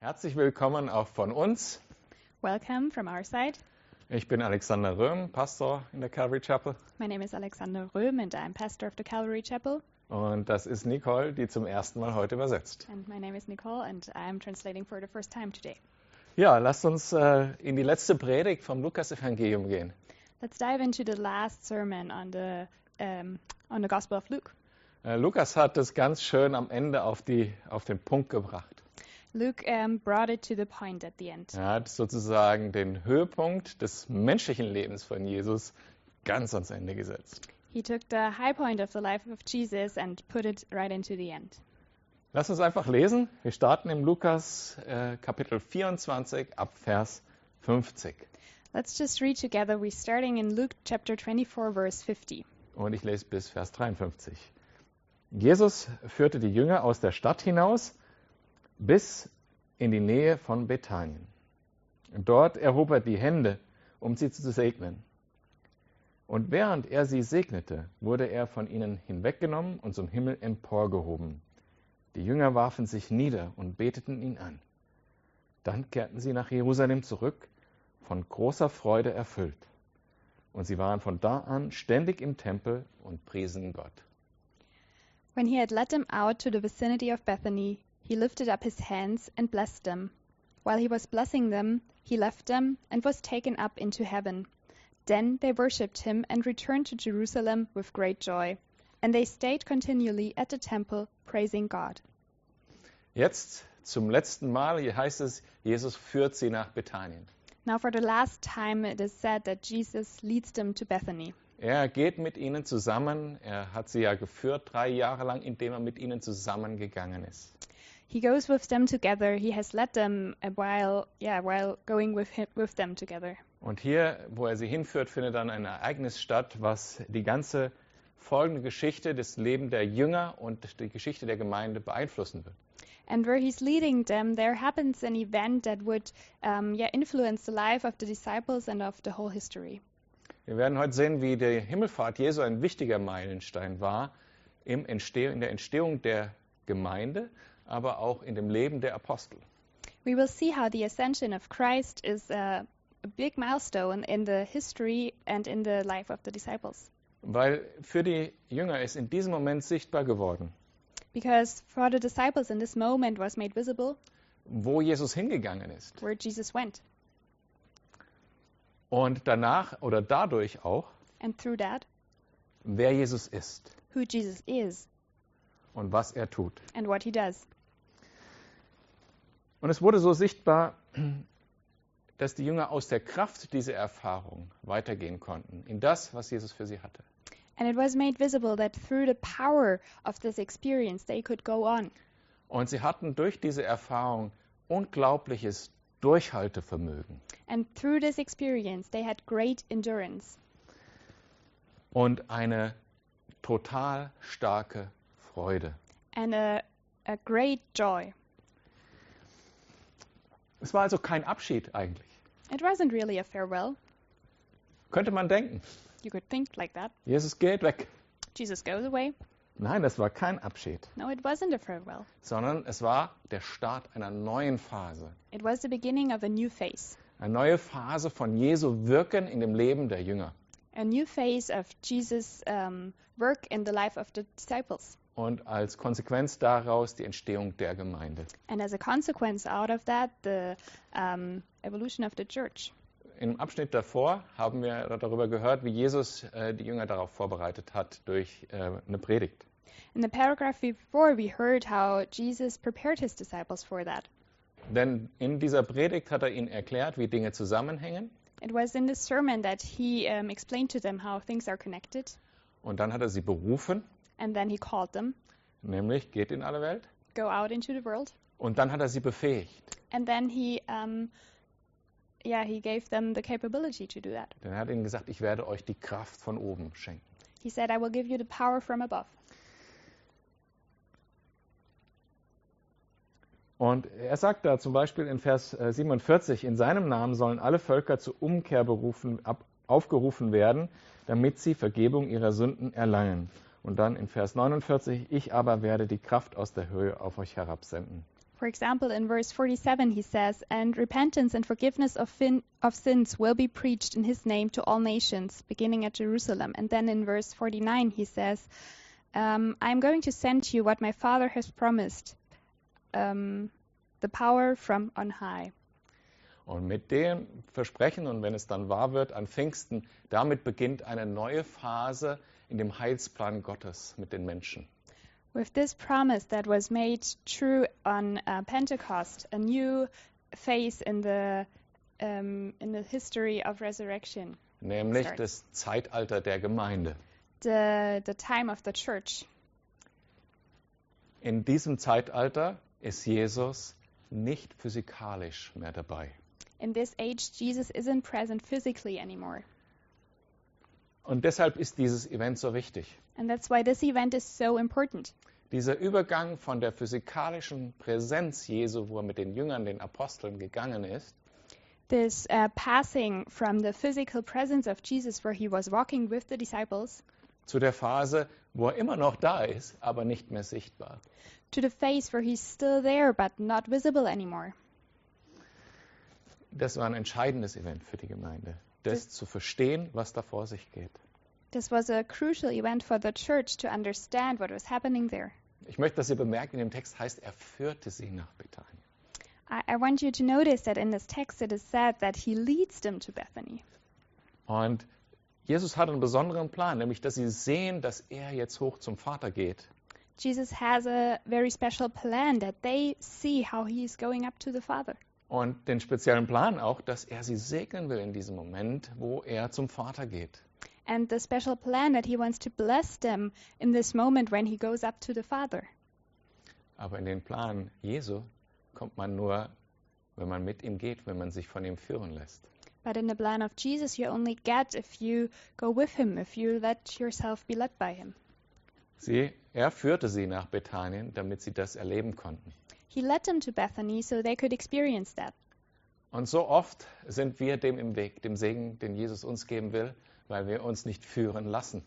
Herzlich willkommen auch von uns. Welcome from our side. Ich bin Alexander Röhm, Pastor in der Calvary Chapel. My name is Alexander Röhm and I'm pastor of the Calvary Chapel. Und das ist Nicole, die zum ersten Mal heute übersetzt. And my name is Nicole and I'm translating for the first time today. Ja, lasst uns äh, in die letzte Predigt vom Lukas-Evangelium gehen. Let's dive into the last sermon on the um, on the Gospel of Luke. Äh, Lukas hat es ganz schön am Ende auf, die, auf den Punkt gebracht. Luke um, brought it to the point at the end. Er hat sozusagen den Höhepunkt des menschlichen Lebens von Jesus ganz ans Ende gesetzt. He took the high point of the life of Jesus and put it right into the end. Lass uns einfach lesen. Wir starten im Lukas äh, Kapitel 24 ab Vers 50. Let's just read together. We're starting in Luke chapter 24, verse 50. Und ich lese bis Vers 53. Jesus führte die Jünger aus der Stadt hinaus bis in die Nähe von Bethanien. Dort erhob er die Hände, um sie zu segnen. Und während er sie segnete, wurde er von ihnen hinweggenommen und zum Himmel emporgehoben. Die Jünger warfen sich nieder und beteten ihn an. Dann kehrten sie nach Jerusalem zurück, von großer Freude erfüllt. Und sie waren von da an ständig im Tempel und priesen Gott. When he had led them out to the vicinity of Bethany, he lifted up his hands and blessed them. While he was blessing them, he left them and was taken up into heaven. Then they worshipped him and returned to Jerusalem with great joy. And they stayed continually at the temple, praising God. Jetzt zum letzten Mal, hier heißt es, Jesus führt sie nach Bethanien. Now, for the last time, it is said that Jesus leads them to Bethany. Er geht mit ihnen zusammen, er hat sie ja geführt drei Jahre lang, indem er mit ihnen zusammengegangen ist. He goes with them together. He has led them a while, yeah, while going with him, with them together. Und hier, wo er sie hinführt, findet dann ein Ereignis statt, was die ganze folgende Geschichte des Lebens der Jünger und die Geschichte der Gemeinde beeinflussen wird. And where he's leading them, there happens an event that would, um, yeah, influence the life of the disciples and of the whole history. Wir werden heute sehen, wie die Himmelfahrt Jesu ein wichtiger Meilenstein war im Entsteh in der Entstehung der Gemeinde, aber auch in dem Leben der Apostel. We will see how the ascension of Christ is a, a big milestone in the history and in the life of the disciples. Weil für die Jünger ist in diesem Moment sichtbar geworden, Because for the disciples in this moment was made visible wo Jesus hingegangen ist. where Jesus went. Und danach oder dadurch auch, And through that, wer Jesus ist who Jesus is und was er tut. and what he does. Und es wurde so sichtbar, dass die Jünger aus der Kraft dieser Erfahrung weitergehen konnten in das, was Jesus für sie hatte. And it was made visible that through the power of this experience, they could go on. Und sie hatten durch diese Erfahrung unglaubliches Durchhaltevermögen And through this experience, they had great endurance und eine total starke Freude. and a, a great joy. Es war also kein Abschied eigentlich. It wasn't really a farewell. Könnte man denken, You could think like that. Jesus geht weg. Jesus goes away. Nein, das war kein Abschied, No, it wasn't a farewell. sondern es war der Start einer neuen Phase. It was the beginning of a new phase, Eine neue Phase von Jesu Wirken in dem Leben der Jünger. a new phase of Jesus' um, work in the life of the disciples. und als Konsequenz daraus die Entstehung der Gemeinde. And as a consequence out of that, the um, evolution of the church. Im Abschnitt davor haben wir darüber gehört, wie Jesus äh, die Jünger darauf vorbereitet hat durch äh, eine Predigt. In the paragraph before, we heard how Jesus prepared his disciples for that. Denn in dieser Predigt hat er ihnen erklärt, wie Dinge zusammenhängen. It was in this sermon that he um, explained to them how things are connected, Und dann hat er sie berufen, and then he called them, nämlich geht in alle Welt. go out into the world, Und dann hat er sie befähigt. and then he, um, yeah, he gave them the capability to do that. Dann hat er ihnen gesagt, ich werde euch die Kraft von oben schenken. He said, "I will give you the power from above." Und er sagt da zum Beispiel in Vers äh, 47, in seinem Namen sollen alle Völker zur Umkehr berufen, ab, aufgerufen werden, damit sie Vergebung ihrer Sünden erlangen. Und dann in Vers 49, ich aber werde die Kraft aus der Höhe auf euch herabsenden. For example, in verse 47, he says, And repentance and forgiveness of, fin- of sins will be preached in his name to all nations, beginning at Jerusalem. And then in verse 49, he says, um, I'm going to send you what my Father has promised, um, the power from on high. Und mit dem Versprechen und wenn es dann wahr wird an Pfingsten, damit beginnt eine neue Phase in dem Heilsplan Gottes mit den Menschen. With this promise that was made true on uh, Pentecost, a new phase in the um, in the history of resurrection, nämlich Starts. das Zeitalter der Gemeinde. the the time of the church. In diesem Zeitalter ist Jesus nicht physikalisch mehr dabei. In this age, Jesus isn't present physically anymore, Und deshalb ist dieses Event so wichtig. and that's why this event is so important. Dieser Übergang von der physikalischen Präsenz Jesu, wo er mit den Jüngern, den Aposteln gegangen ist, This uh, passing from the physical presence of Jesus, where he was walking with the disciples, zu der Phase, wo er immer noch da ist, aber nicht mehr sichtbar. to the phase where he's still there but not visible anymore. Das war ein entscheidendes Event für die Gemeinde, das zu verstehen, was da vor sich geht. This was a crucial event for the church to understand what was happening there. Ich möchte, dass ihr bemerkt, in dem Text heißt, er führte sie nach Bethanien. I, I want you to notice that in this text it is said that he leads them to Bethany. Und Jesus hat einen besonderen Plan, nämlich dass sie sehen, dass er jetzt hoch zum Vater geht. Jesus has a very special plan that they see how he is going up to the Father. Und den speziellen Plan auch, dass er sie segnen will in diesem Moment, wo er zum Vater geht. And the special plan that he wants to bless them in this moment when he goes up to the Father. Aber in den Plan Jesu kommt man nur, wenn man mit ihm geht, wenn man sich von ihm führen lässt. But in the plan of Jesus, you only get if you go with him, if you let yourself be led by him. Sie, er führte sie nach Bethanien, damit sie das erleben konnten. He led them to Bethany so they could experience that. Und so oft sind wir dem im Weg, dem Segen, den Jesus uns geben will, weil wir uns nicht führen lassen,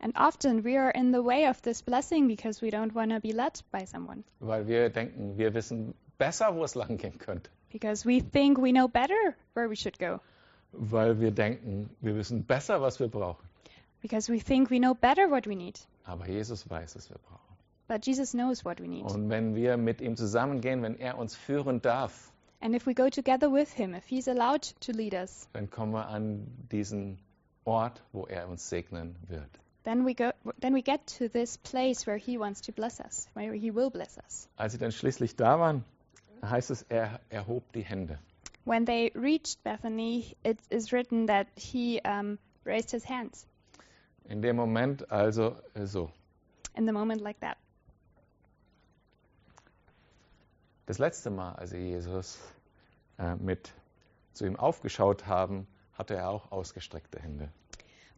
And often we are in the way of this blessing because we don't want to be led by someone, weil wir denken, wir wissen besser, wo es lang gehen könnte. because we think we know better where we should go, weil wir denken, wir wissen besser, was wir brauchen. because we think we know better what we need. Aber Jesus weiß, was wir brauchen. But Jesus knows what we need. Und wenn wir mit ihm zusammengehen, wenn er uns führen darf, And if we go together with him, if he's allowed to lead us, dann kommen wir an diesen Ort, wo er uns segnen wird. then we go then we get to this place where he wants to bless us, where he will bless us. Als sie dann schließlich da waren, heißt es, er erhob die Hände. When they reached Bethany, it is written that he um, raised his hands In dem Moment also äh, so. in the moment like that. Das letzte Mal, als sie Jesus äh, mit zu ihm aufgeschaut haben, hatte er auch ausgestreckte Hände.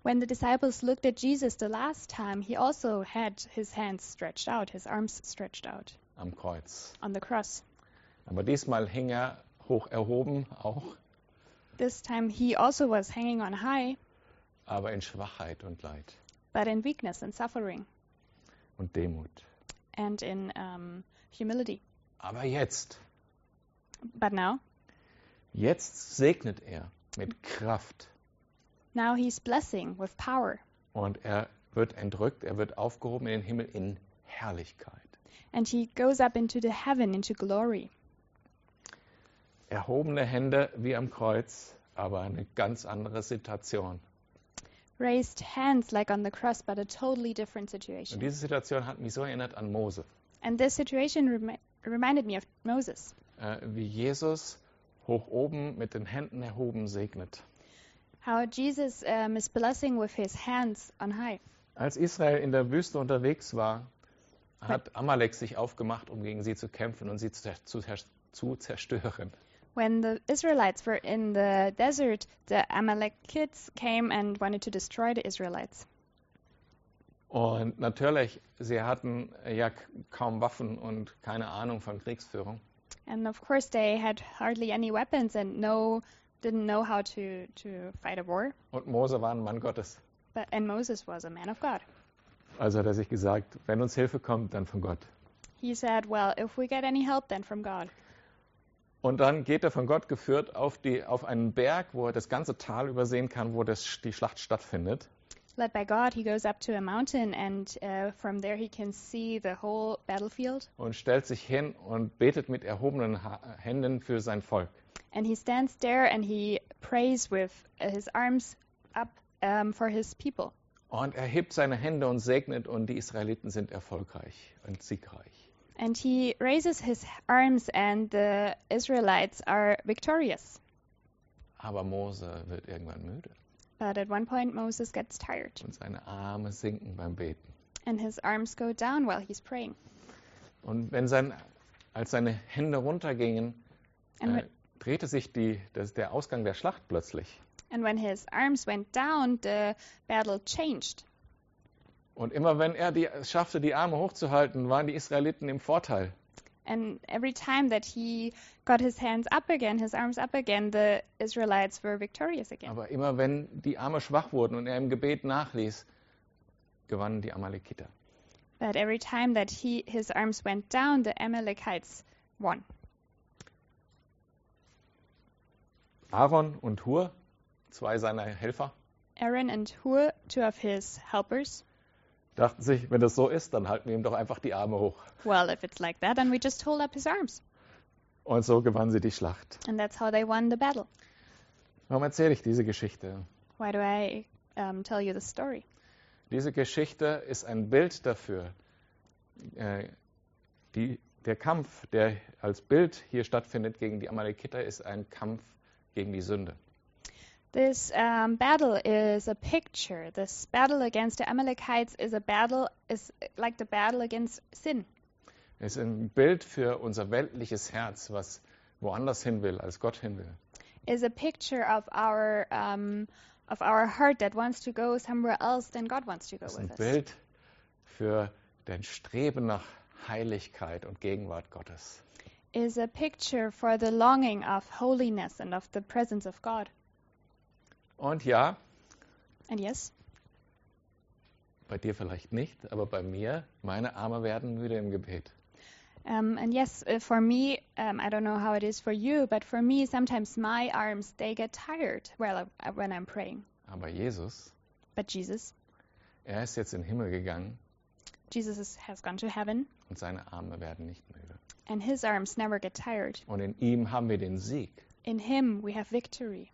When the disciples looked at Jesus the last time, he also had his hands stretched out, his arms stretched out am Kreuz. on the cross. Aber diesmal hing er hoch erhoben auch This time he also was hanging on high, aber in Schwachheit und Leid but in weakness and suffering und Demut. and in um, humility. Aber jetzt, But now, jetzt segnet er mit Kraft now he's blessing with power, und er wird entrückt, er wird aufgehoben in den Himmel in Herrlichkeit. and he goes up into the heaven, into glory. Erhobene Hände wie am Kreuz, aber eine ganz andere Situation. Raised hands like on the cross, but a totally different Und situation. diese Situation hat mich so erinnert an Mose, And this situation remi- reminded me of Moses, äh, wie Jesus hoch oben mit den Händen erhoben segnet. how Jesus um, is blessing with his hands on high. Als Israel in der Wüste unterwegs war, hat Amalek sich aufgemacht, um gegen sie zu kämpfen und sie zu, zer- zu, zer- zu zerstören. When the Israelites were in the desert, the Amalekites came and wanted to destroy the Israelites. Und natürlich, sie hatten äh, ja k- kaum Waffen und keine Ahnung von Kriegsführung. And of course, they had hardly any weapons and no didn't know how to to fight a war. Und Mose war ein Mann Gottes. But and Moses was a man of God, Also hat er sich gesagt, wenn uns Hilfe kommt, dann von Gott. He said, Well, if we get any help then from God. Und dann geht er von Gott geführt auf, die, auf einen Berg, wo er das ganze Tal übersehen kann, wo das, die Schlacht stattfindet. Led by God, he goes up to a mountain, and uh, from there he can see the whole battlefield. und stellt sich hin und betet mit erhobenen Ha- Händen für sein Volk. And he stands there and he prays with uh, his arms up um, for his people. Und er hebt seine Hände und segnet und die Israeliten sind erfolgreich und siegreich. And he raises his arms, and the Israelites are victorious. Aber Mose wird irgendwann müde But at one point, Moses gets tired, und seine Arme sinken beim Beten. and his arms go down while he's praying. Und wenn sein, als seine Hände runtergingen, And, äh, when, drehte sich die, das, der Ausgang der Schlacht plötzlich. and when his arms went down, the battle changed. Und immer wenn er die, es schaffte, die Arme hochzuhalten, waren die Israeliten im Vorteil. And every time that he got his hands up again, his arms up again, the Israelites were victorious again. Aber immer wenn die Arme schwach wurden und er im Gebet nachließ, gewannen die Amalekiter. But every time that he his arms went down, the Amalekites won. Aaron und Hur, zwei seiner Helfer, Aaron and Hur, two of his helpers. dachten sich, wenn das so ist, dann halten wir ihm doch einfach die Arme hoch. Well, if it's like that, then we just hold up his arms, Und so gewannen sie die Schlacht. and that's how they won the battle. Warum erzähle ich diese Geschichte? Why do I um, tell you the story? Diese Geschichte ist ein Bild dafür. Äh, die, der Kampf, der als Bild hier stattfindet gegen die Amalekiter, ist ein Kampf gegen die Sünde. This um, battle is a picture. This battle against the Amalekites is a battle is like the battle against sin. Es ist ein Bild für unser weltliches Herz, was woanders hin will, als Gott hin will. Is a picture of our um, of our heart that wants to go somewhere else than God wants to go Es ist ein with us. Bild für dein Streben nach Heiligkeit und Gegenwart Gottes. Is a picture for the longing of holiness and of the presence of God. Und ja, And yes, bei dir vielleicht nicht, aber bei mir, meine Arme werden müde im Gebet. Um, and yes, uh, for me, um, I don't know how it is for you, but for me, sometimes my arms they get tired well uh, when I'm praying. Aber Jesus, But Jesus, er ist jetzt in den Himmel gegangen Jesus is, has gone to heaven, und seine Arme werden nicht müde. and his arms never get tired. Und in ihm haben wir den Sieg In him we have victory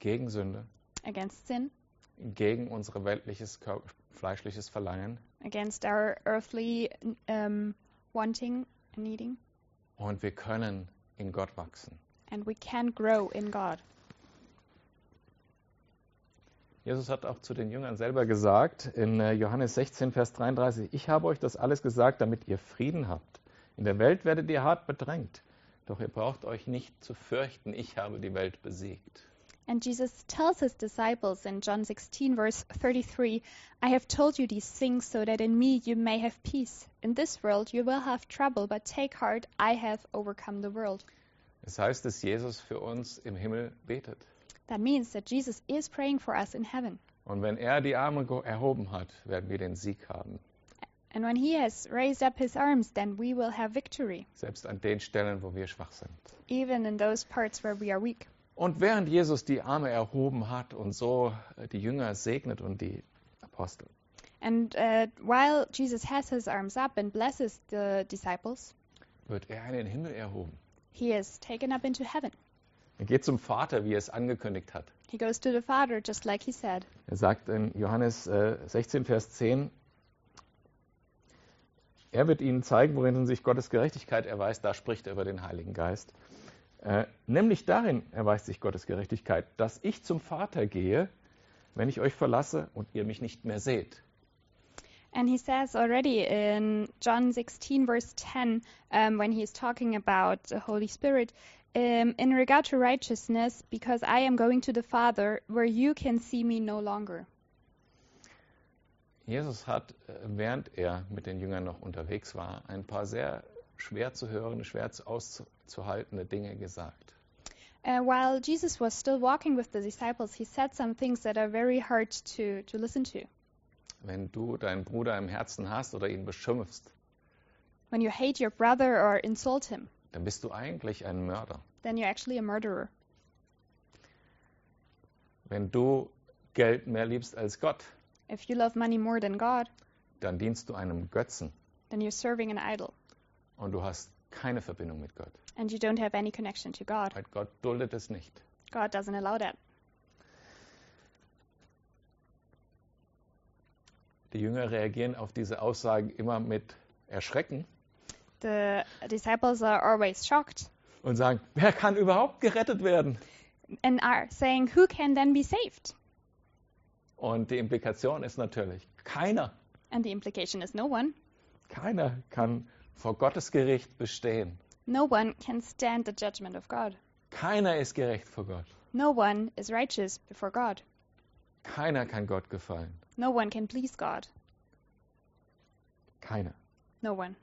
gegen Sünde, against sin, gegen unser weltliches, kör- fleischliches Verlangen. against our earthly um, wanting and needing, Und wir können in Gott wachsen. and we can grow in God. Jesus hat auch zu den Jüngern selber gesagt, in äh, Johannes 16, Vers 33, ich habe euch das alles gesagt, damit ihr Frieden habt. In der Welt werdet ihr hart bedrängt, doch ihr braucht euch nicht zu fürchten, ich habe die Welt besiegt. And Jesus tells his disciples in John 16, verse 33, I have told you these things so that in me you may have peace. In this world you will have trouble, but take heart, I have overcome the world. Es heißt, dass Jesus für uns im Himmel betet. That means that Jesus is praying for us in heaven. Und wenn er die Arme ge- erhoben hat, werden wir den Sieg haben. And when he has raised up his arms, then we will have victory, Selbst an den Stellen, wo wir schwach sind. even in those parts where we are weak. Und während Jesus die Arme erhoben hat und so äh, die Jünger segnet und die Apostel, And uh, while Jesus has his arms up and blesses the disciples, wird er in den Himmel erhoben. he is taken up into heaven. Er geht zum Vater, wie er es angekündigt hat. He goes to the Father, just like he said. Er sagt in Johannes äh, 16, Vers 10, er wird ihnen zeigen, worin sich Gottes Gerechtigkeit erweist. Da spricht er über den Heiligen Geist. Äh, nämlich darin erweist sich Gottes Gerechtigkeit, dass ich zum Vater gehe, wenn ich euch verlasse und ihr mich nicht mehr seht. And he says already in John 16, verse 10, um, when he is talking about the Holy Spirit, um, in regard to righteousness, because I am going to the Father, where you can see me no longer. Jesus hat, äh, während er mit den Jüngern noch unterwegs war, ein paar sehr schwer zu hörende, schwer zu auszuhaltende Dinge gesagt. Uh, while Jesus was still walking with the disciples, he said some things that are very hard to, to listen to. Wenn du deinen Bruder im Herzen hast oder ihn beschimpfst, When you hate your brother or insult him, dann bist du eigentlich ein Mörder. then you're actually a murderer. Wenn du Geld mehr liebst als Gott, If you love money more than God, dann dienst du einem Götzen then you're serving an idol und du hast keine Verbindung mit Gott. and you don't have any connection to God. Weil Gott duldet es nicht. God doesn't allow that. Die Jünger reagieren auf diese Aussagen immer mit Erschrecken The disciples are always shocked und sagen, wer kann überhaupt gerettet werden? and are saying, Who can then be saved? Und die Implikation ist natürlich, keiner, And the implication is no one. keiner kann vor Gottes Gericht bestehen. No one can stand the judgment of God. Keiner ist gerecht vor Gott. No one is righteous before God. Keiner kann Gott gefallen. No one can please God. Keiner. No one.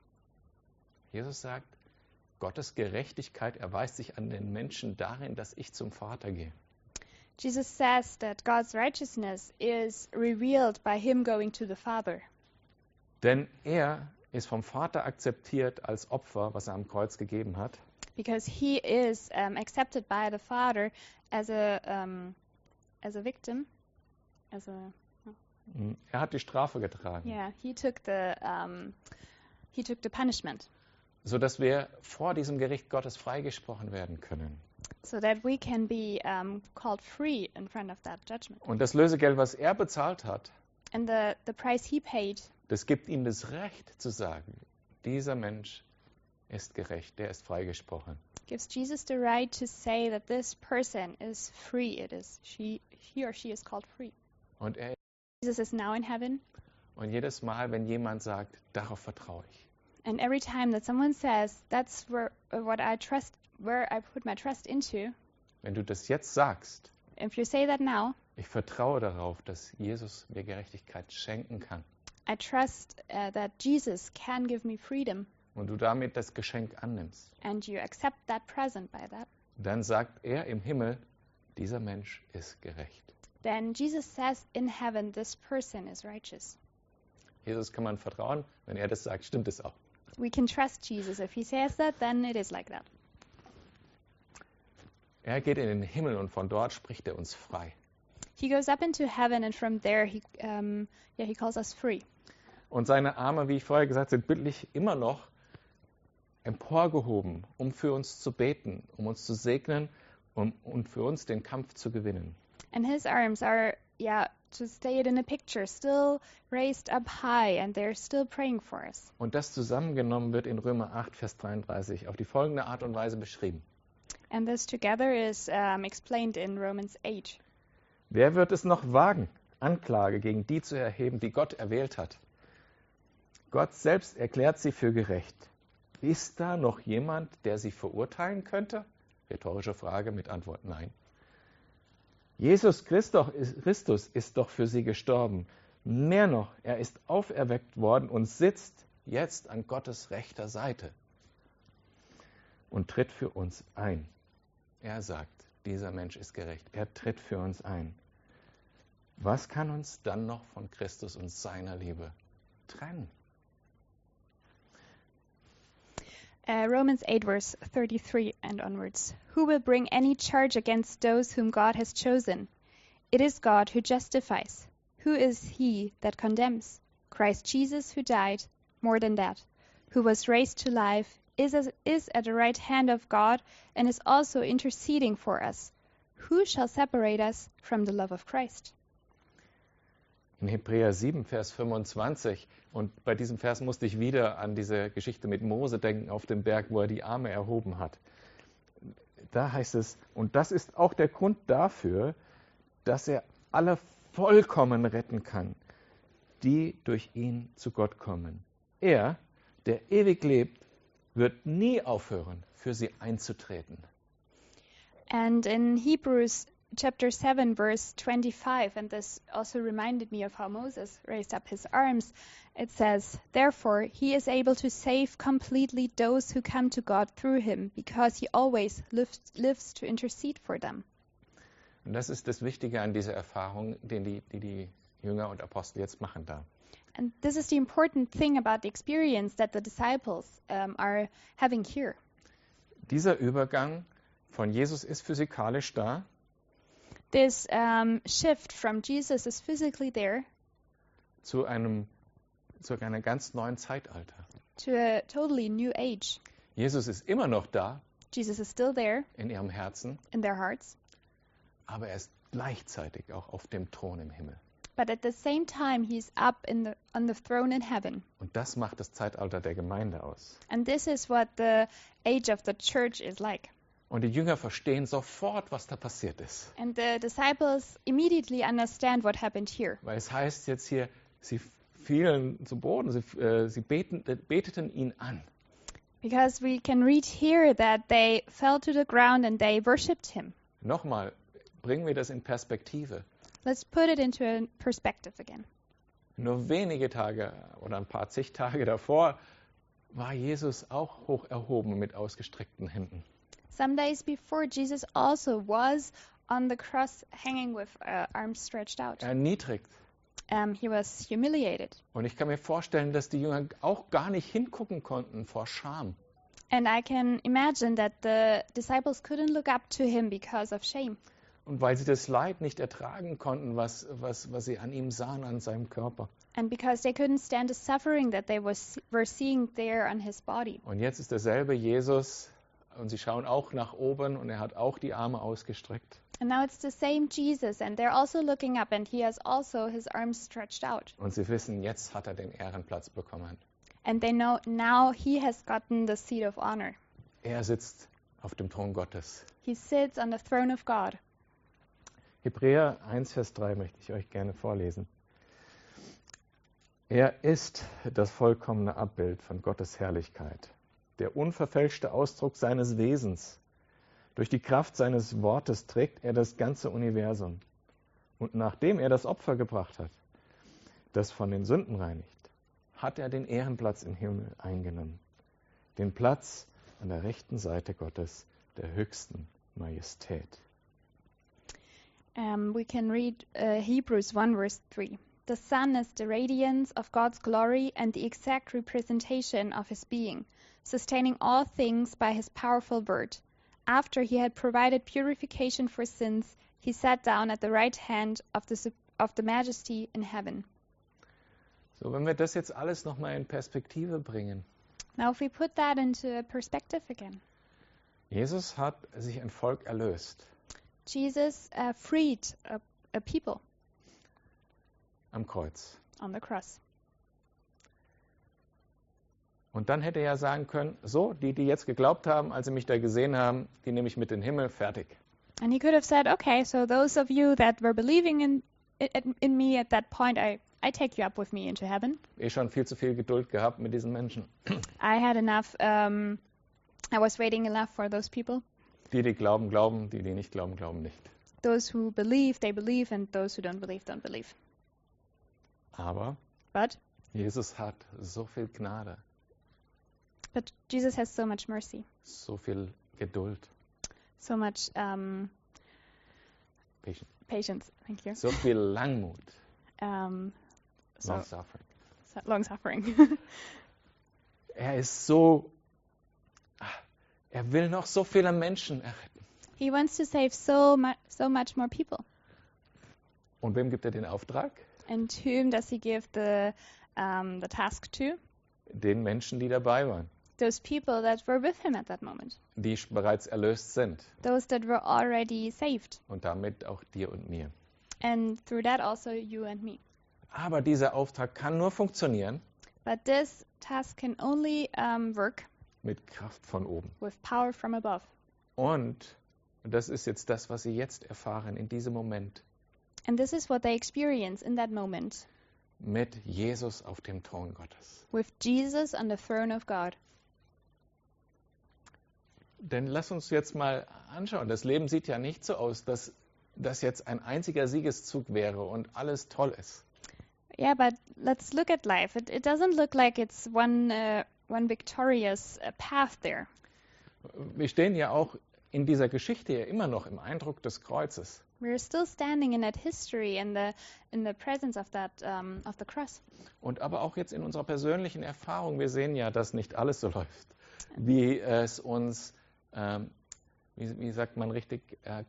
Jesus sagt, Gottes Gerechtigkeit erweist sich an den Menschen darin, dass ich zum Vater gehe. Jesus says that God's righteousness is revealed by him going to the Father, Denn er ist vom Vater akzeptiert als Opfer, was er am Kreuz gegeben hat. because he is um, accepted by the Father as a um, as a victim, as a Er hat die Strafe getragen, yeah. He took the um, he took the punishment sodass wir vor diesem Gericht Gottes freigesprochen werden können. so that we can be um, called free in front of that judgment. Und das Lösegeld, was er bezahlt hat, And the the price he paid das gibt ihm das Recht zu sagen, dieser Mensch ist gerecht, der ist freigesprochen. gives Jesus the right to say that this person is free. It is she he or she is called free. Und, er, Jesus is now in heaven, und jedes Mal, wenn jemand sagt, darauf vertraue ich, and every time that someone says, "That's where uh, what I trust, where I put my trust into," wenn du das jetzt sagst, if you say that now, ich vertraue darauf, dass Jesus mir Gerechtigkeit schenken kann I trust uh, that Jesus can give me freedom, und du damit das Geschenk annimmst, and you accept that present by that. dann sagt er im Himmel, dieser Mensch ist gerecht. Then Jesus says in heaven, "This person is righteous." Jesus kann man vertrauen, wenn er das sagt, stimmt es auch. We can trust Jesus. If he says that, then it is like that. Er geht in den Himmel und von dort spricht er uns frei. He goes up into heaven, and from there he um, yeah he calls us free. Und seine Arme, wie ich vorher gesagt, sind bildlich immer noch emporgehoben, um für uns zu beten, um uns zu segnen um, und für uns den Kampf zu gewinnen. And his arms are, yeah, to stay it in a picture, still raised up high, and they're still praying for us. Und das zusammengenommen wird in Römer 8, Vers 33 auf die folgende Art und Weise beschrieben. And this together is um, explained in Romans 8. Wer wird es noch wagen, Anklage gegen die zu erheben, die Gott erwählt hat? Gott selbst erklärt sie für gerecht. Ist da noch jemand, der sie verurteilen könnte? Rhetorische Frage mit Antwort Nein. Jesus Christoch- Christus ist doch für sie gestorben. Mehr noch, er ist auferweckt worden und sitzt jetzt an Gottes rechter Seite und tritt für uns ein. Er sagt, dieser Mensch ist gerecht. Er tritt für uns ein. Was kann uns dann noch von Christus und seiner Liebe trennen? Uh, Romans 8, verse 33 and onwards. Who will bring any charge against those whom God has chosen? It is God who justifies. Who is he that condemns? Christ Jesus, who died, more than that, who was raised to life, is, as, is at the right hand of God, and is also interceding for us. Who shall separate us from the love of Christ? In Hebräer 7, Vers 25. Und bei diesem Vers musste ich wieder an diese Geschichte mit Mose denken auf dem Berg, wo er die Arme erhoben hat. Da heißt es, und das ist auch der Grund dafür, dass er alle vollkommen retten kann, die durch ihn zu Gott kommen. Er, der ewig lebt, wird nie aufhören, für sie einzutreten. And in Hebrews chapter 7, verse 25, and this also reminded me of how Moses raised up his arms, it says, Therefore, he is able to save completely those who come to God through him, because he always lives, lives to intercede for them. Und das ist das Wichtige an dieser Erfahrung, den die, die die Jünger und Apostel jetzt machen da. And this is the important thing about the experience that the disciples um, are having here. Dieser Übergang von Jesus ist physikalisch da, This um, shift from Jesus is physically there zu einem zu einem ganz neuen Zeitalter. to a totally new age. Jesus ist immer noch da Jesus is still there in ihrem Herzen, in their hearts, aber er ist gleichzeitig auch auf dem Thron im Himmel. but at the same time, he's up in the, on the throne in heaven. Und das macht das Zeitalter der Gemeinde aus. And this is what the age of the church is like. Und die Jünger verstehen sofort, was da passiert ist. And the disciples immediately understand what happened here. Weil es heißt jetzt hier, sie fielen zu Boden, sie, äh, sie beten, beteten ihn an. Because we can read here that they fell to the ground and they worshipped him. Nochmal, bringen wir das in Perspektive. Let's put it into a perspective again. Nur wenige Tage oder ein paar zig Tage davor war Jesus auch hoch erhoben mit ausgestreckten Händen. Some days before, Jesus also was on the cross hanging with uh, arms stretched out. Erniedrigt. Um, he was humiliated. Und ich kann mir vorstellen, dass die Jünger auch gar nicht hingucken konnten vor Scham. And I can imagine that the disciples couldn't look up to him because of shame Und weil sie das Leid nicht ertragen konnten, was, was, was sie an ihm sahen, an seinem Körper. and because they couldn't stand the suffering that they was, were seeing there on his body. Und jetzt ist derselbe Jesus und sie schauen auch nach oben und er hat auch die Arme ausgestreckt. And now it's the same Jesus, and they're also looking up, and he has also his arms stretched out. Und sie wissen, jetzt hat er den Ehrenplatz bekommen. And they know now he has gotten the seat of honor. Er sitzt auf dem Thron Gottes. He sits on the throne of God. Hebräer 1, Vers 3 möchte ich euch gerne vorlesen. Er ist das vollkommene Abbild von Gottes Herrlichkeit, der unverfälschte Ausdruck seines Wesens. Durch die Kraft seines Wortes trägt er das ganze Universum. Und nachdem er das Opfer gebracht hat, das von den Sünden reinigt, hat er den Ehrenplatz im Himmel eingenommen, den Platz an der rechten Seite Gottes, der höchsten Majestät. Um, we can read uh, Hebrews 1, verse 3. The sun is the radiance of God's glory and the exact representation of his being, sustaining all things by his powerful word. After he had provided purification for sins, he sat down at the right hand of the, sup- of the majesty in heaven. So, wenn wir das jetzt alles nochmal in Perspektive bringen. Now, if we put that into perspective again, Jesus hat sich ein Volk erlöst. Jesus uh, freed a, a people Am Kreuz. on the cross. Und dann hätte er ja sagen können, so, die, die jetzt geglaubt haben, als sie mich da gesehen haben, die nehme ich mit in den Himmel, fertig. And he could have said, okay, so those of you that were believing in, in, in me at that point, I, I take you up with me into heaven. Eh schon viel zu viel Geduld gehabt mit diesen Menschen. I had enough, um, I was waiting enough for those people. Die, die glauben, glauben, die, die nicht glauben, glauben nicht. Those who believe, they believe, and those who don't believe, don't believe. Aber But, Jesus hat so viel Gnade, but Jesus has so much mercy, so viel Geduld, so much um, Patient, patience. Thank you. so viel Langmut, Um, so, long suffering. so long suffering. Er ist so, ah, er will noch so viele Menschen erretten. he wants to save so much, so much more people. Und wem gibt er den Auftrag? And to whom does he give the um, the task to? Den Menschen, die dabei waren. Those people that were with him at that moment. die sch- bereits erlöst sind Those that were already saved. und damit auch dir und mir. And through that also you and me. Aber dieser Auftrag kann nur funktionieren But this task can only um, work mit Kraft von oben. with power from above. Und und das ist jetzt das, was sie jetzt erfahren in diesem Moment And this is what they experience in that moment mit Jesus auf dem Thron Gottes. with Jesus on the throne of God. Denn lass uns jetzt mal anschauen, das Leben sieht ja nicht so aus, dass das jetzt ein einziger Siegeszug wäre und alles toll ist. Yeah, but let's look at life. It, it doesn't look like it's one uh, one victorious uh, path there. Wir stehen ja auch in dieser Geschichte ja immer noch im Eindruck des Kreuzes. We are still standing in that history and the in the presence of that um, of the cross. Und aber auch jetzt in unserer persönlichen Erfahrung, wir sehen ja, dass nicht alles so läuft, wie es uns, ähm, wie, wie sagt man richtig, äh,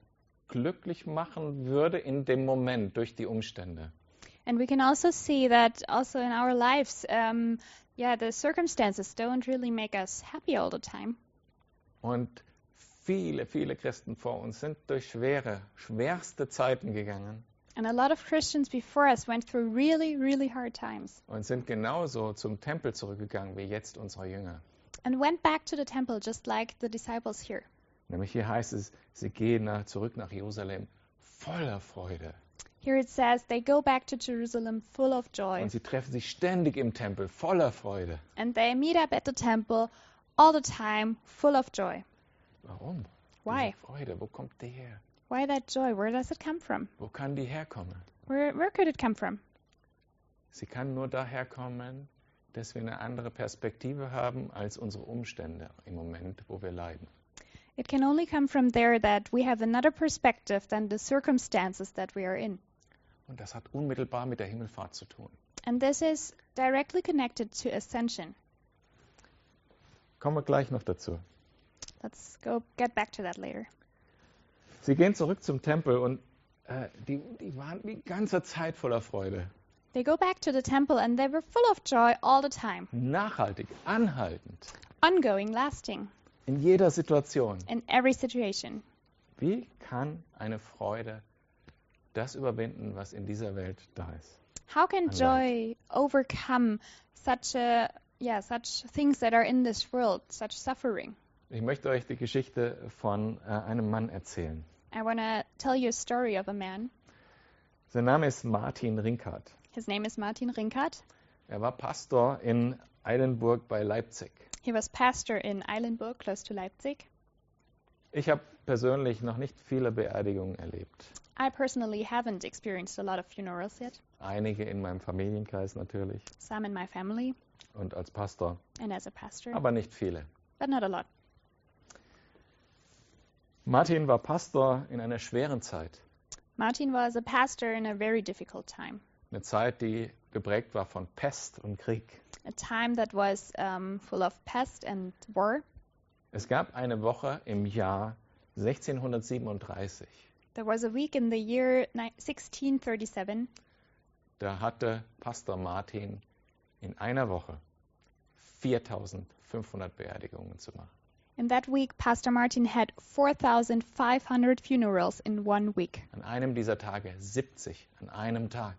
glücklich machen würde in dem Moment durch die Umstände. And we can also see that also in our lives, um, yeah, the circumstances don't really make us happy all the time. Und viele, viele Christen vor uns sind durch schwere, schwerste Zeiten gegangen And a lot of Christians before us went through really, really hard times und sind genauso zum Tempel zurückgegangen wie jetzt unsere Jünger. and went back to the temple just like the disciples here. Nämlich hier heißt es, sie gehen nach, zurück nach Jerusalem voller Freude. Here it says they go back to Jerusalem full of joy Und sie treffen sich ständig im Tempel voller Freude. and they meet up at the temple all the time full of joy. Warum? Why? Diese Freude, wo kommt die her? Why that joy? Where does it come from? Wo kann die herkommen? Where, where could it come from? Sie kann nur daherkommen, dass wir eine andere Perspektive haben als unsere Umstände im Moment, wo wir leiden. It can only come from there that we have another perspective than the circumstances that we are in. Und das hat unmittelbar mit der Himmelfahrt zu tun. And this is directly connected to ascension. Kommen wir gleich noch dazu. Let's go get back to that later. Sie gehen zurück zum Tempel und äh, die, die waren die ganze Zeit voller Freude. They go back to the temple and they were full of joy all the time, Nachhaltig, anhaltend, ongoing, lasting, in jeder Situation. in every situation. Wie kann eine Freude das überwinden, was in dieser Welt da ist? How can Alright. joy overcome such a yeah, such things that are in this world, such suffering? Ich möchte euch die Geschichte von äh, einem Mann erzählen. I want to tell you a story of a man. Sein Name ist Martin Rinkhardt. His name is Martin Rinkert. Er war Pastor in Eilenburg bei Leipzig. He was pastor in Eilenburg, close to Leipzig. Ich habe persönlich noch nicht viele Beerdigungen erlebt. I personally haven't experienced a lot of funerals yet. Einige in meinem Familienkreis natürlich Some in my family und als Pastor, and as a pastor, aber nicht viele. but not a lot. Martin war Pastor in einer schweren Zeit. Martin was a pastor in a very difficult time, Eine Zeit, die geprägt war von Pest und Krieg. a time that was um, full of pest and war. Es gab eine Woche im Jahr 1637. There was a week in the year ni- 1637 Da hatte Pastor Martin in einer Woche 4500 Beerdigungen zu machen. In that week, Pastor Martin had 4,500 funerals in one week. An einem dieser Tage 70, an einem Tag.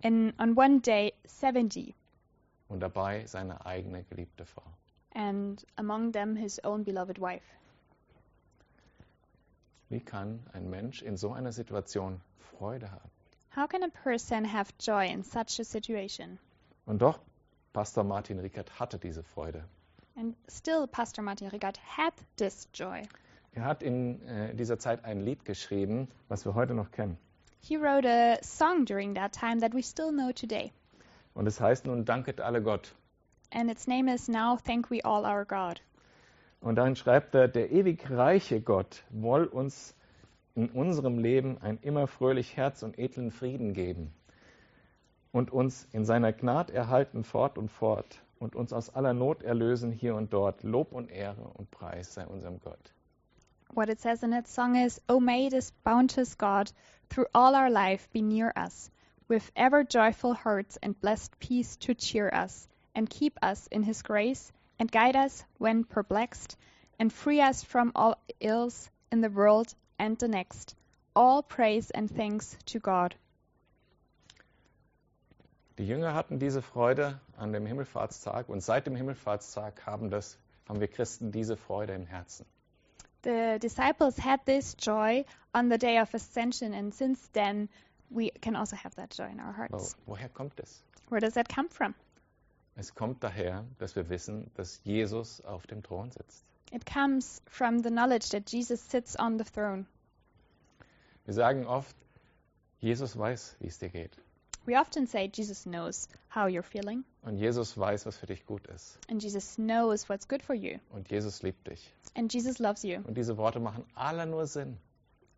And on one day, 70, Und dabei seine eigene geliebte Frau. and among them his own beloved wife. Wie kann ein Mensch in so einer Situation Freude haben? How can a person have joy in such a situation? Und doch, Pastor Martin Rickert hatte diese Freude. And still, Pastor Martin Rigat had this joy. Er hat in äh, dieser Zeit ein Lied geschrieben, was wir heute noch kennen. He wrote a song during that time that we still know today, Und es heißt nun, danket alle Gott. and its name is Now Thank We All Our God. Und dann schreibt er, der ewig reiche Gott woll uns in unserem Leben ein immer fröhlich Herz und edlen Frieden geben und uns in seiner Gnad erhalten fort und fort und uns aus aller Not erlösen hier und dort. Lob und Ehre und Preis sei unserem Gott. What it says in that song is, O may this bounteous God through all our life be near us, with ever joyful hearts and blessed peace to cheer us, and keep us in his grace, and guide us when perplexed, and free us from all ills in the world and the next. All praise and thanks to God. Die Jünger hatten diese Freude an dem Himmelfahrtstag und seit dem Himmelfahrtstag haben, das, haben wir Christen diese Freude im Herzen. The disciples had this joy on the day of ascension, and since then we can also have that joy in our Wo, hearts. woher kommt es? Where does that come from? Es kommt daher, dass wir wissen, dass Jesus auf dem Thron sitzt. It comes from the knowledge that Jesus sits on the throne. Wir sagen oft, Jesus weiß, wie es dir geht. We often say Jesus knows how you're feeling, Und Jesus weiß, was für dich gut ist. and Jesus knows what's good for you, Und Jesus liebt dich. and Jesus loves you. Und diese Worte machen alle nur Sinn,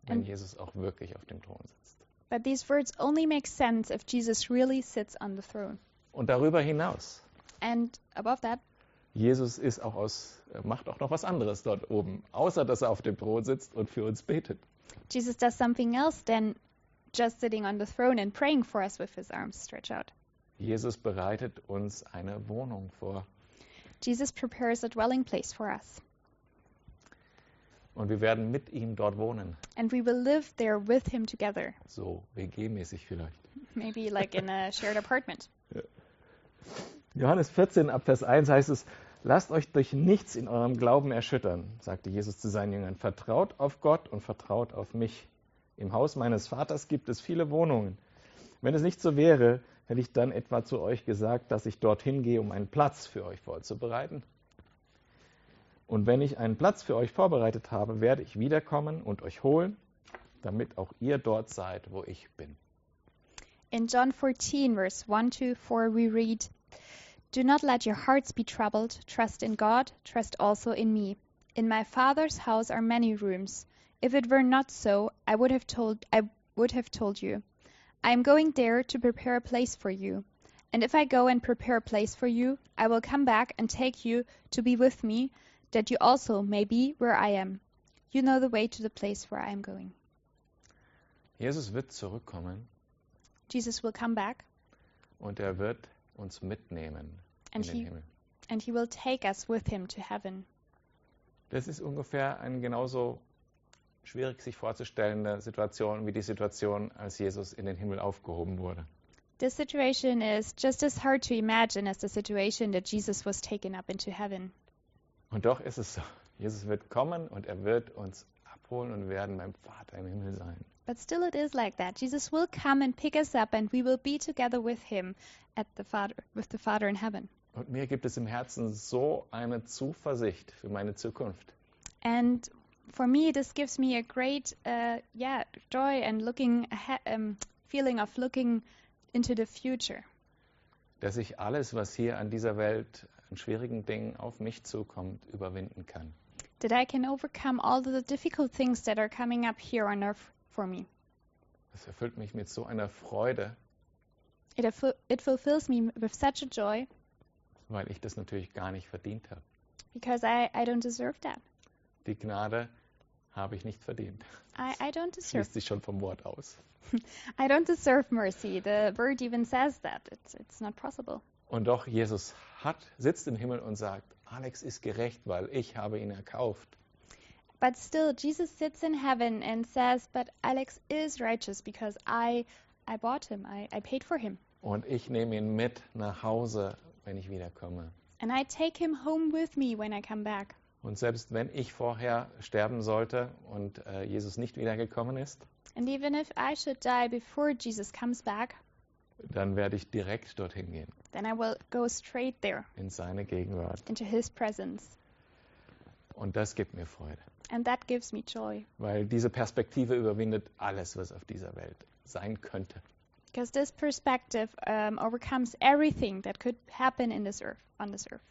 wenn Ähm. Jesus auch wirklich auf dem Thron sitzt. But these words only make sense if Jesus really sits on the throne. Und darüber hinaus, And above that, Jesus ist auch aus, äh, macht auch noch was anderes dort oben, außer dass er auf dem Thron sitzt und für uns betet. Jesus does something else than just sitting on the throne and praying for us with his arms stretched out. Jesus bereitet uns eine Wohnung vor. Jesus prepares a dwelling place for us, Und wir werden mit ihm dort wohnen. and we will live there with him together, So WG-mäßig vielleicht. maybe like in a shared apartment. Johannes 14 ab Vers 1 heißt es, lasst euch durch nichts in eurem Glauben erschüttern, sagte Jesus zu seinen Jüngern. Vertraut auf Gott und vertraut auf mich. Im Haus meines Vaters gibt es viele Wohnungen. Wenn es nicht so wäre, hätte ich dann etwa zu euch gesagt, dass ich dorthin gehe, um einen Platz für euch vorzubereiten. Und wenn ich einen Platz für euch vorbereitet habe, werde ich wiederkommen und euch holen, damit auch ihr dort seid, wo ich bin. In John 14, verse 1 to 4, we read, Do not let your hearts be troubled. Trust in God, trust also in me. In my Father's house are many rooms. If it were not so, I would have told I would have told you. I am going there to prepare a place for you. And if I go and prepare a place for you, I will come back and take you to be with me, that you also may be where I am. You know the way to the place where I am going. Jesus wird zurückkommen Jesus will come back und er wird uns mitnehmen in and den he Himmel. and he will take us with him to heaven. Das ist ungefähr eine genauso schwierig sich vorzustellende Situation wie die Situation, als Jesus in den Himmel aufgehoben wurde. This situation is just as hard to imagine as the situation that Jesus was taken up into heaven. Und doch ist es so. Jesus wird kommen und er wird uns abholen und wir werden beim Vater im Himmel sein. But still, it is like that. Jesus will come and pick us up, and we will be together with him at the Father, with the Father in heaven. Und mir gibt es im Herzen so eine Zuversicht für meine Zukunft. And for me, this gives me a great, uh, yeah, joy and looking, ahe- um, feeling of looking into the future. dass ich alles, was hier an dieser Welt an schwierigen Dingen auf mich zukommt, überwinden kann. That I can overcome all the difficult things that are coming up here on earth for me. Das erfüllt mich mit so einer Freude, It, affu- it fulfills me with such a joy weil ich das natürlich gar nicht verdient habe. because I, I don't deserve that. Die Gnade habe ich nicht verdient. I, I don't deserve Schließt sich schon vom Wort aus. I don't deserve mercy. The word even says that. It's it's not possible. Und doch Jesus hat, sitzt im Himmel und sagt, Alex ist gerecht, weil ich habe ihn erkauft. But still Jesus sits in heaven and says, But Alex is righteous because I I bought him, I, I paid for him. Und ich nehme ihn mit nach Hause, wenn ich wiederkomme. And I take him home with me when I come back. Und selbst wenn ich vorher sterben sollte und äh, Jesus nicht wiedergekommen ist, And even if I should die before Jesus comes back, dann werde ich direkt dorthin gehen, then I will go straight there in seine Gegenwart. into his presence. Und das gibt mir Freude, And that gives me joy. weil diese Perspektive überwindet alles, was auf dieser Welt sein könnte. Because this perspective um, overcomes everything that could happen in this earth on this earth.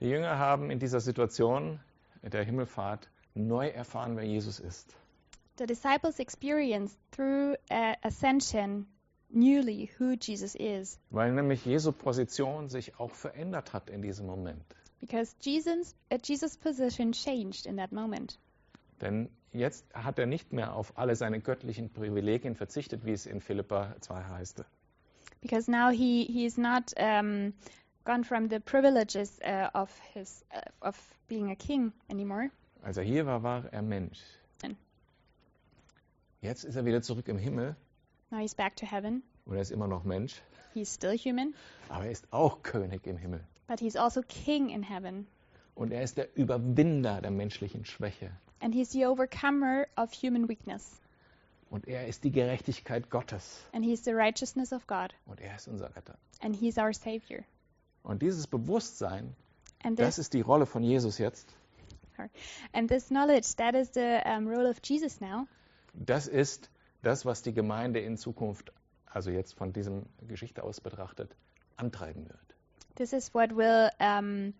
Die Jünger haben in dieser Situation der Himmelfahrt neu erfahren, wer Jesus ist. The disciples experienced through uh, ascension newly who Jesus is Weil nämlich Jesu Position sich auch verändert hat in diesem Moment. because Jesus, uh, Jesus' position changed in that moment. Denn jetzt hat er nicht mehr auf alle seine göttlichen Privilegien verzichtet, wie es in Philippa 2 heißt. Because now he, he is not um, gone from the privileges uh, of, his, uh, of being a king anymore. Als er Also hier war, war er Mensch. Nein. Jetzt ist er wieder zurück im Himmel Now he's back to heaven. und er ist immer noch Mensch, He's still human, aber er ist auch König im Himmel. but he's also king in heaven. Und er ist der Überwinder der menschlichen Schwäche. And he's the overcomer of human weakness. Und er ist die Gerechtigkeit Gottes. And he's the righteousness of God. Und er ist unser Retter. And he's our savior. Und dieses Bewusstsein, And this das ist die Rolle von Jesus jetzt, And this knowledge, that is the um, role of Jesus now. das ist das, was die Gemeinde in Zukunft, also jetzt von diesem Geschichte aus betrachtet, antreiben wird. This is what will um,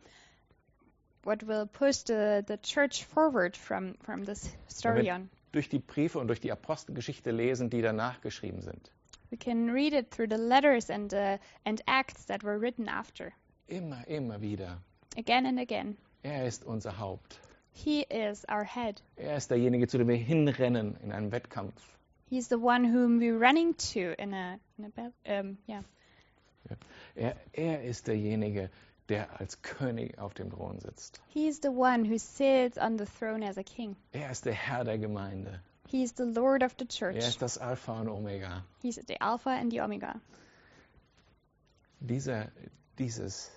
what will push the, the church forward from, from this Wenn story wir on. durch die Briefe und durch die Apostelgeschichte lesen, die danach geschrieben sind. We can read it through the letters and, uh, and acts that were written after, Immer, immer wieder. again and again. Er ist unser Haupt. He is our head. Er ist derjenige, zu dem wir hinrennen in einem Wettkampf. He's the one whom we're running to in a, in a bat- um, yeah. Er, er ist derjenige, der als König auf dem Thron sitzt. He's the one who sits on the throne as a king. Er ist der Herr der Gemeinde. He's the Lord of the Er church. ist das Alpha und Omega. He's the Alpha and the Omega. Dieser, dieses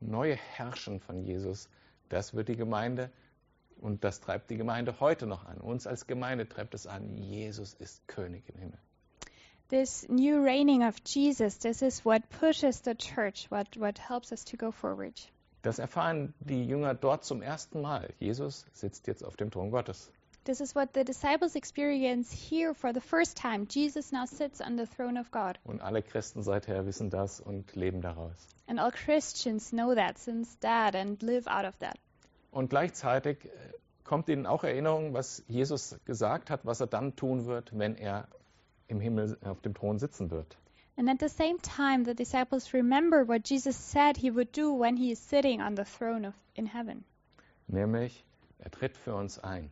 neue Herrschen von Jesus, das wird die Gemeinde und das treibt die Gemeinde heute noch an. Uns als Gemeinde treibt es an. Jesus ist König im Himmel. This new reigning of Jesus, this is what pushes the church, what, what helps us to go forward. Das erfahren die Jünger dort zum ersten Mal. Jesus sitzt jetzt auf dem Thron Gottes. This is what the disciples experience here for the first time. Jesus now sits on the throne of God. Und alle Christen seither wissen das und leben daraus. And all Christians know that since that and live out of that. Und gleichzeitig äh, kommt ihnen auch Erinnerung, was Jesus gesagt hat, was er dann tun wird, wenn er im Himmel äh, auf dem Thron sitzen wird. And at the same time, the disciples remember what Jesus said he would do when he is sitting on the throne of, in heaven. Nämlich, er tritt für uns ein.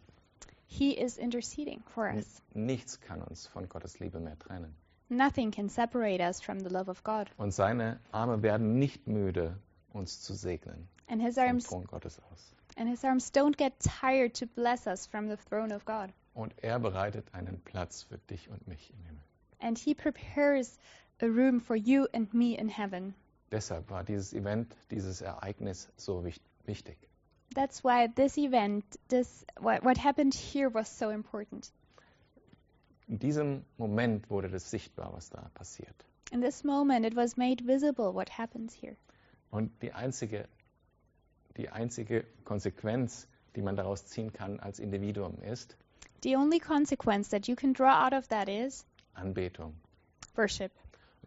He is interceding for N- us. Nichts kann uns von Gottes Liebe mehr trennen. Nothing can separate us from the love of God. Und seine Arme werden nicht müde, uns zu segnen And his vom arms Thron Gottes aus. and his arms don't get tired to bless us from the throne of God. Und er bereitet einen Platz für dich und mich im Himmel. And he prepares a room for you and me in heaven. Deshalb war dieses Event, dieses Ereignis so wich- wichtig. That's why this event, this what, what happened here was so important. In diesem Moment wurde das sichtbar, was da passiert. In this moment it was made visible what happens here. Und die einzige, die einzige Konsequenz, die man daraus ziehen kann als Individuum, ist The only consequence that you can draw out of that is Anbetung. worship.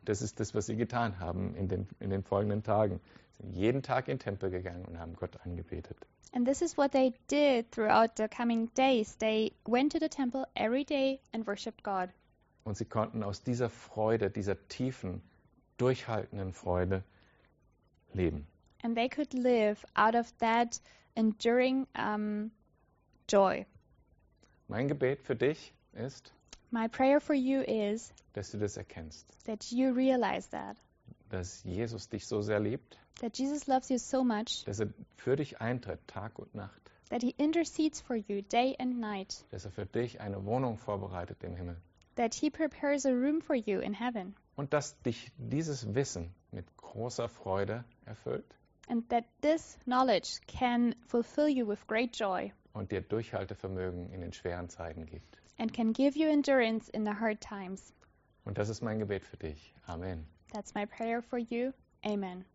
Das ist das, was sie getan haben in den, in den folgenden Tagen. Sie sind jeden Tag in den Tempel gegangen und haben Gott angebetet. And this is what they did throughout the coming days. They went to the temple every day and worshiped God. Und sie konnten aus dieser Freude, dieser tiefen, durchhaltenden Freude leben. And they could live out of that enduring um, joy. Mein Gebet für dich ist, My prayer for you is dass du das erkennst, that you realize that, dass Jesus dich so sehr liebt, that Jesus loves you so much dass er für dich eintritt, Tag und Nacht, that he intercedes for you day and night, dass er für dich eine Wohnung vorbereitet im Himmel. that he prepares a room for you in heaven, und dass dich dieses Wissen mit großer Freude erfüllt and that this knowledge can fulfill you with great joy und dir Durchhaltevermögen in den schweren Zeiten gibt. and can give you endurance in the hard times. Und das ist mein Gebet für dich. Amen. That's my prayer for you. Amen.